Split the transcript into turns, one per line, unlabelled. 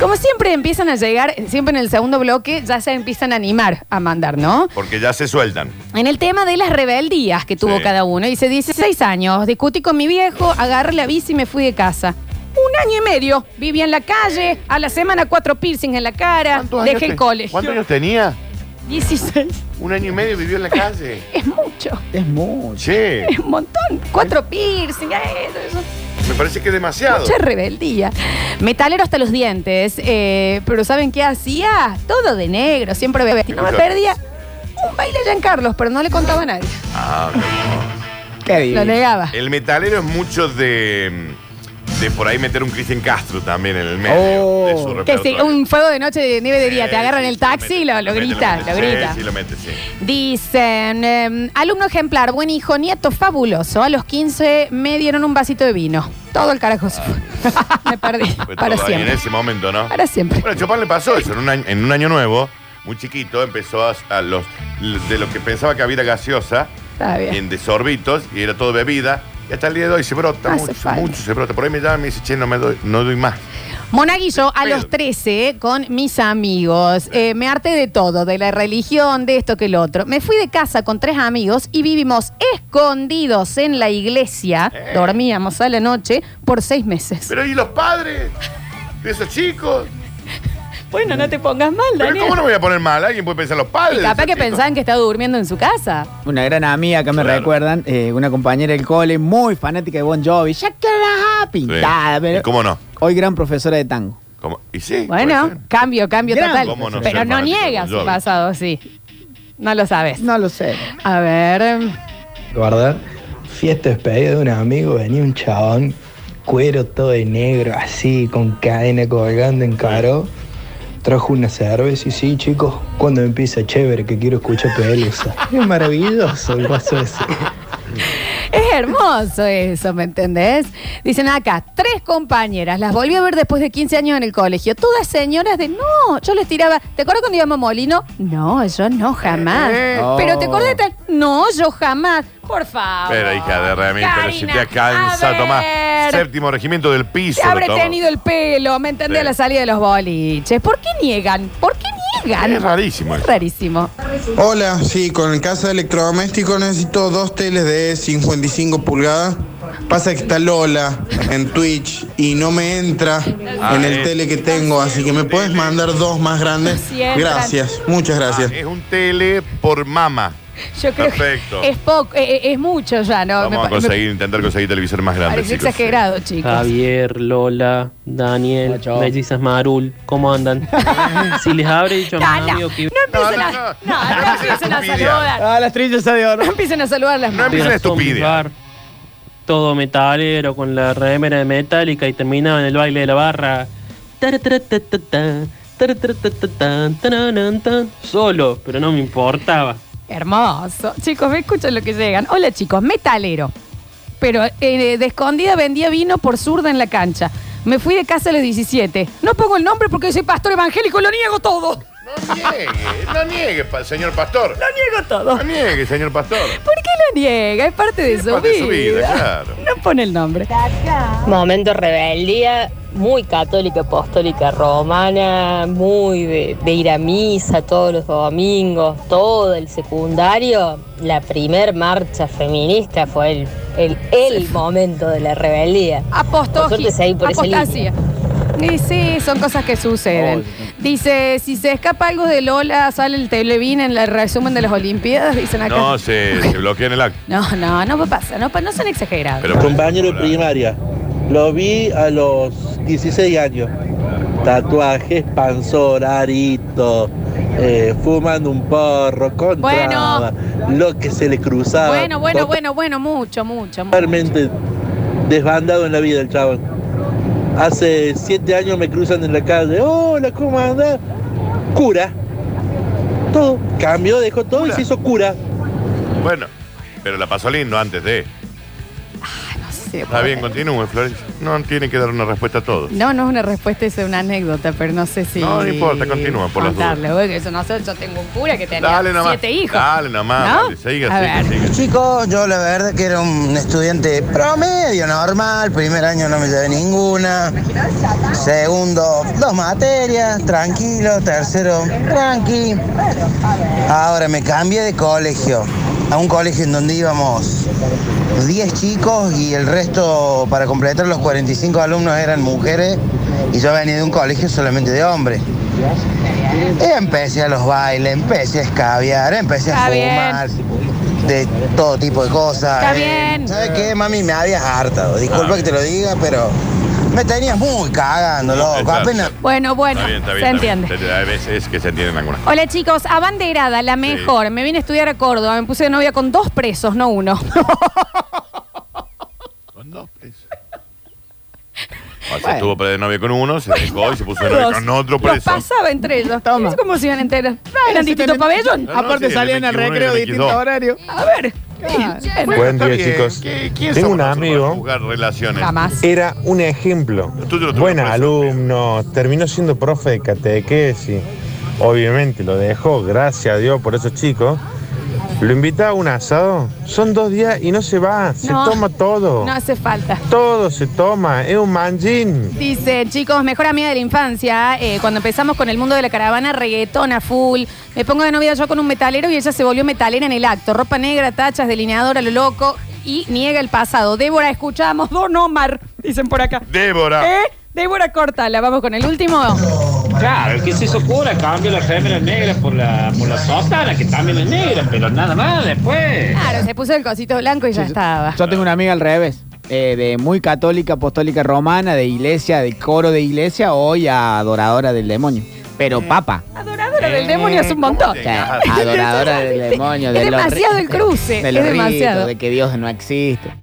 Como siempre empiezan a llegar, siempre en el segundo bloque ya se empiezan a animar a mandar, ¿no?
Porque ya se sueltan.
En el tema de las rebeldías que tuvo
Sí.
cada uno. Dice, 16 años, discutí con mi viejo, agarré la bici y me fui de casa. Un año y medio, vivía en la calle, a la semana cuatro piercings en la cara,
¿Cuántos años
dejé
te-
el colegio.
¿Cuántos años tenía?
16,
Un año y medio vivió en la calle.
es mucho,
Es mucho.
Che,
es un montón. Cuatro piercings, eh, eso.
me parece que es demasiado.
Mucha rebeldía. Metalero hasta los dientes. eh, pero ¿saben qué hacía? Todo de negro, siempre bebé. No me perdía un baile de Carlos, pero no le contaba a nadie.
Ah,
¿Qué
Lo
dices?
negaba.
el metalero es mucho de. de por ahí meter un Cristian Castro también en el medio.
Oh.
de su
Que
repertorio.
sí, un fuego de noche, de nieve de día. Te
Sí,
agarran
sí,
el taxi y lo, lo
mete,
grita,
mete.
lo
Sí,
grita.
Sí, lo mete, sí.
Dicen, eh, alumno ejemplar, buen hijo, nieto fabuloso. A los 15 me dieron un vasito de vino. Todo el carajo se fue. me perdí.
Fue
Para
todo ahí En
siempre.
ese momento, ¿no?
Para siempre.
Bueno, a Chopin le pasó eso. En un año, en un año nuevo, muy chiquito, empezó a, a los. de lo que pensaba que había era gaseosa,
Está bien.
en desorbitos, y era todo bebida. Y hasta el día de hoy se brota
Hace
mucho,
falta.
mucho se brota. Por ahí me llaman y me dicen, che, no, me doy, no doy más.
Monaguillo, a
Pero-
los 13, con mis amigos. Eh, me harté de todo, de la religión, de esto que el otro. Me fui de casa con tres amigos y vivimos escondidos en la iglesia.
Eh.
Dormíamos a la noche por seis meses.
Pero ¿y los padres de esos chicos?
bueno, no te pongas mal,
Pero ¿cómo no me voy a poner mal? Alguien puede pensar los padres.
Y
de
capaz
esos
que
chicos.
pensaban que estaba durmiendo en su casa.
Una gran amiga que me
Claro.
recuerdan, eh, una compañera del cole, muy fanática de Bon Jovi. Ya que la pintada,
Sí.
pero-
¿Y ¿Cómo no?
Hoy gran profesora de tango.
¿Cómo? ¿Y sí? puede
Bueno,
ser.
cambio, cambio
Gran.
total.
¿Cómo no
Pero
ser
no
fanático de
niega
Bon
su
Jovi?
pasado, sí. No lo sabes.
No lo sé.
A ver.
guardar. Fiesta despedida de un amigo, venía un chabón, cuero todo de negro, así, con cadena colgando en caro. Trajo una cerveza y sí, chicos, cuando empieza chévere que quiero escuchar pelusa. Es maravilloso el vaso ese.
Es hermoso eso, ¿me entendés? Dicen acá, tres compañeras, las volví a ver después de 15 años en el colegio. Todas señoras de, no, yo les tiraba, ¿te acuerdas cuando íbamos a Molino? No, yo no, jamás.
No.
Pero ¿te acuerdas de tal? No, yo jamás. Por favor.
Pero hija de Remil, pero si te
Karina, a
alcanza,
ver,
tomás séptimo regimiento del piso.
Te habré
lo tomás.
tenido el pelo, ¿me entendés?
Sí.
A la salida de los boliches. ¿Por qué niegan? ¿Por qué niegan?
Es rarísimo
Es
eso.
rarísimo.
Hola, sí, con el caso de electrodoméstico necesito dos teles de 55 pulgadas. Pasa que está Lola en Twitch y no me entra
Ah,
en el
eh.
tele que tengo, así que me puedes mandar dos más grandes.
Sí entran.
Gracias, muchas
Ah,
gracias.
es un tele por mama.
Yo creo
Perfecto.
que es poco, eh, eh, es mucho ya, ¿no? Me
Vamos
pa-
a conseguir, intentar conseguir televisor más
me
grande.
parece
chicos.
exagerado, chicos.
Javier, Lola, Daniel,
Nacho.
Mellizas Marul, ¿cómo andan? si les habré dicho a mis
No, no, no
amigos que
empiecen a, no, no empiecen a saludar.
Ah, las trillas de oro.
No empiecen a saludar las
No
manos.
empiecen a
Gastón
estupidez.
Vivar, todo metalero con la remera de metálica y terminaba en el baile de la barra. Tarataratatata, tarataratatata, taranantan. Solo, pero no me importaba.
Hermoso. Chicos, me escuchan lo que llegan. Hola, chicos, metalero. Pero eh, de escondida vendía vino por zurda en la cancha. Me fui de casa a los 17. No pongo el nombre porque soy pastor evangélico, lo niego todo. Lo
No niegue, no niegue, pa- señor pastor.
niego todo.
No niegue, señor pastor.
¿Por qué lo niega? Es parte de, su,
parte de
vida.
su vida, claro.
No pone el nombre.
Momento rebeldía, muy católica, apostólica, romana, muy de, de ir a misa todos los domingos, todo el secundario. La primer marcha feminista fue el, el, el momento de la rebeldía. Por
Apostoji.
suerte se ahí por esa
Apostasia. Y sí, son cosas que suceden. Dice, si se escapa algo de Lola, sale el Televín en el resumen de las Olimpiadas, dicen acá.
No, se, se bloquea en el acto.
No, no, no pasa, no, pa- no son exagerados.
Pero-
Compañero de primaria, lo vi a los 16 años. Tatuajes, panzón, arito, eh, fumando un porro, con
Bueno.
lo que se le cruzaba.
bueno, bueno, bueno, bueno, mucho, mucho, mucho.
Totalmente desbandado en la vida el chaval. Hace 7 años me cruzan en la calle. Hola, ¿cómo anda? Cura. Todo. Cambió, dejó todo y
Cura.
se hizo cura.
Bueno, pero la pasó lindo antes de.
Sí,
Está bien, continúe, Florencia. No tiene que dar una respuesta a todos.
No, no es una respuesta, es una anécdota, pero no sé si.
No, no importa, continúa, por las
contarle, porque eso no sé, yo tengo un cura que tenía
Dale nomás.
siete hijos.
Dale nomás,
¿No?
dale, siga,
A
siga,
ver.
siga.
Chicos, yo la verdad que era un estudiante promedio, normal, primer año no me llevé ninguna, segundo, dos materias, tranquilo, tercero, tranqui. Ahora me cambié de colegio, a un colegio en donde íbamos 10 chicos y el resto, para completar los 45 alumnos, eran mujeres y yo venía de un colegio solamente de hombres. Y empecé a los bailes, empecé a escabiar, empecé a
Está
fumar, de todo tipo de cosas.
Está
Eh,
bien.
¿Sabes qué, mami? Me habías hartado. Disculpa que te lo diga, pero me tenías muy cagando, loco.
Exacto.
Apenas
Bueno, bueno,
Está bien, está bien,
se
está
entiende.
bien. Hay veces que se entienden algunas cosas.
Hola chicos, abanderada, la mejor. Me vine a estudiar a Córdoba, me puse de novia con dos presos, no uno.
Con dos presos. O sea, estuvo pre- de novia con uno, se dejó y se puso de novia
Dos.
con otro
Los
preso.
pasaba entre ellos.
Toma.
Es como si iban enteros.
Era
Eran distintos pabellón.
No, no,
Aparte
sí, el
salían al
21 y el
recreo
22.
distinto horario.
A ver. Sí, bueno.
Buen día, chicos.
Tengo un amigo. Jugar relaciones.
Jamás.
Era un ejemplo.
Tú te lo tuviste
Buen
preso,
alumno, terminó siendo profe de catequesis. Obviamente lo dejó, gracias a Dios por esos chicos. Lo invita a un asado. Son dos días y no se va. Se
No.
toma todo.
No hace falta.
Todo se toma. Es un manjín.
Dice, chicos, mejor amiga de la infancia, eh, cuando empezamos con el mundo de la caravana, reggaetón a full, me pongo de novia yo con un metalero y ella se volvió metalera en el acto, ropa negra, tachas, delineador a lo loco y niega el pasado. Débora, escuchamos, Don Omar, dicen por acá.
Débora.
¿Eh? Débora, cortala, vamos con el último.
Claro, el que se hizo cura cambia las remeras negras por la, por la sotana, que también es negra, pero nada más después.
Claro, se puso el cosito blanco y ya estaba.
Yo tengo una amiga al revés. eh, de muy católica, apostólica romana, de iglesia, de coro de iglesia, hoy a adoradora del demonio. Pero papa.
Adoradora del demonio es un montón.
O sea, adoradora del demonio.
Es
de los ri-
demasiado el cruce,
De los
es demasiado.
ritos, de que Dios no existe.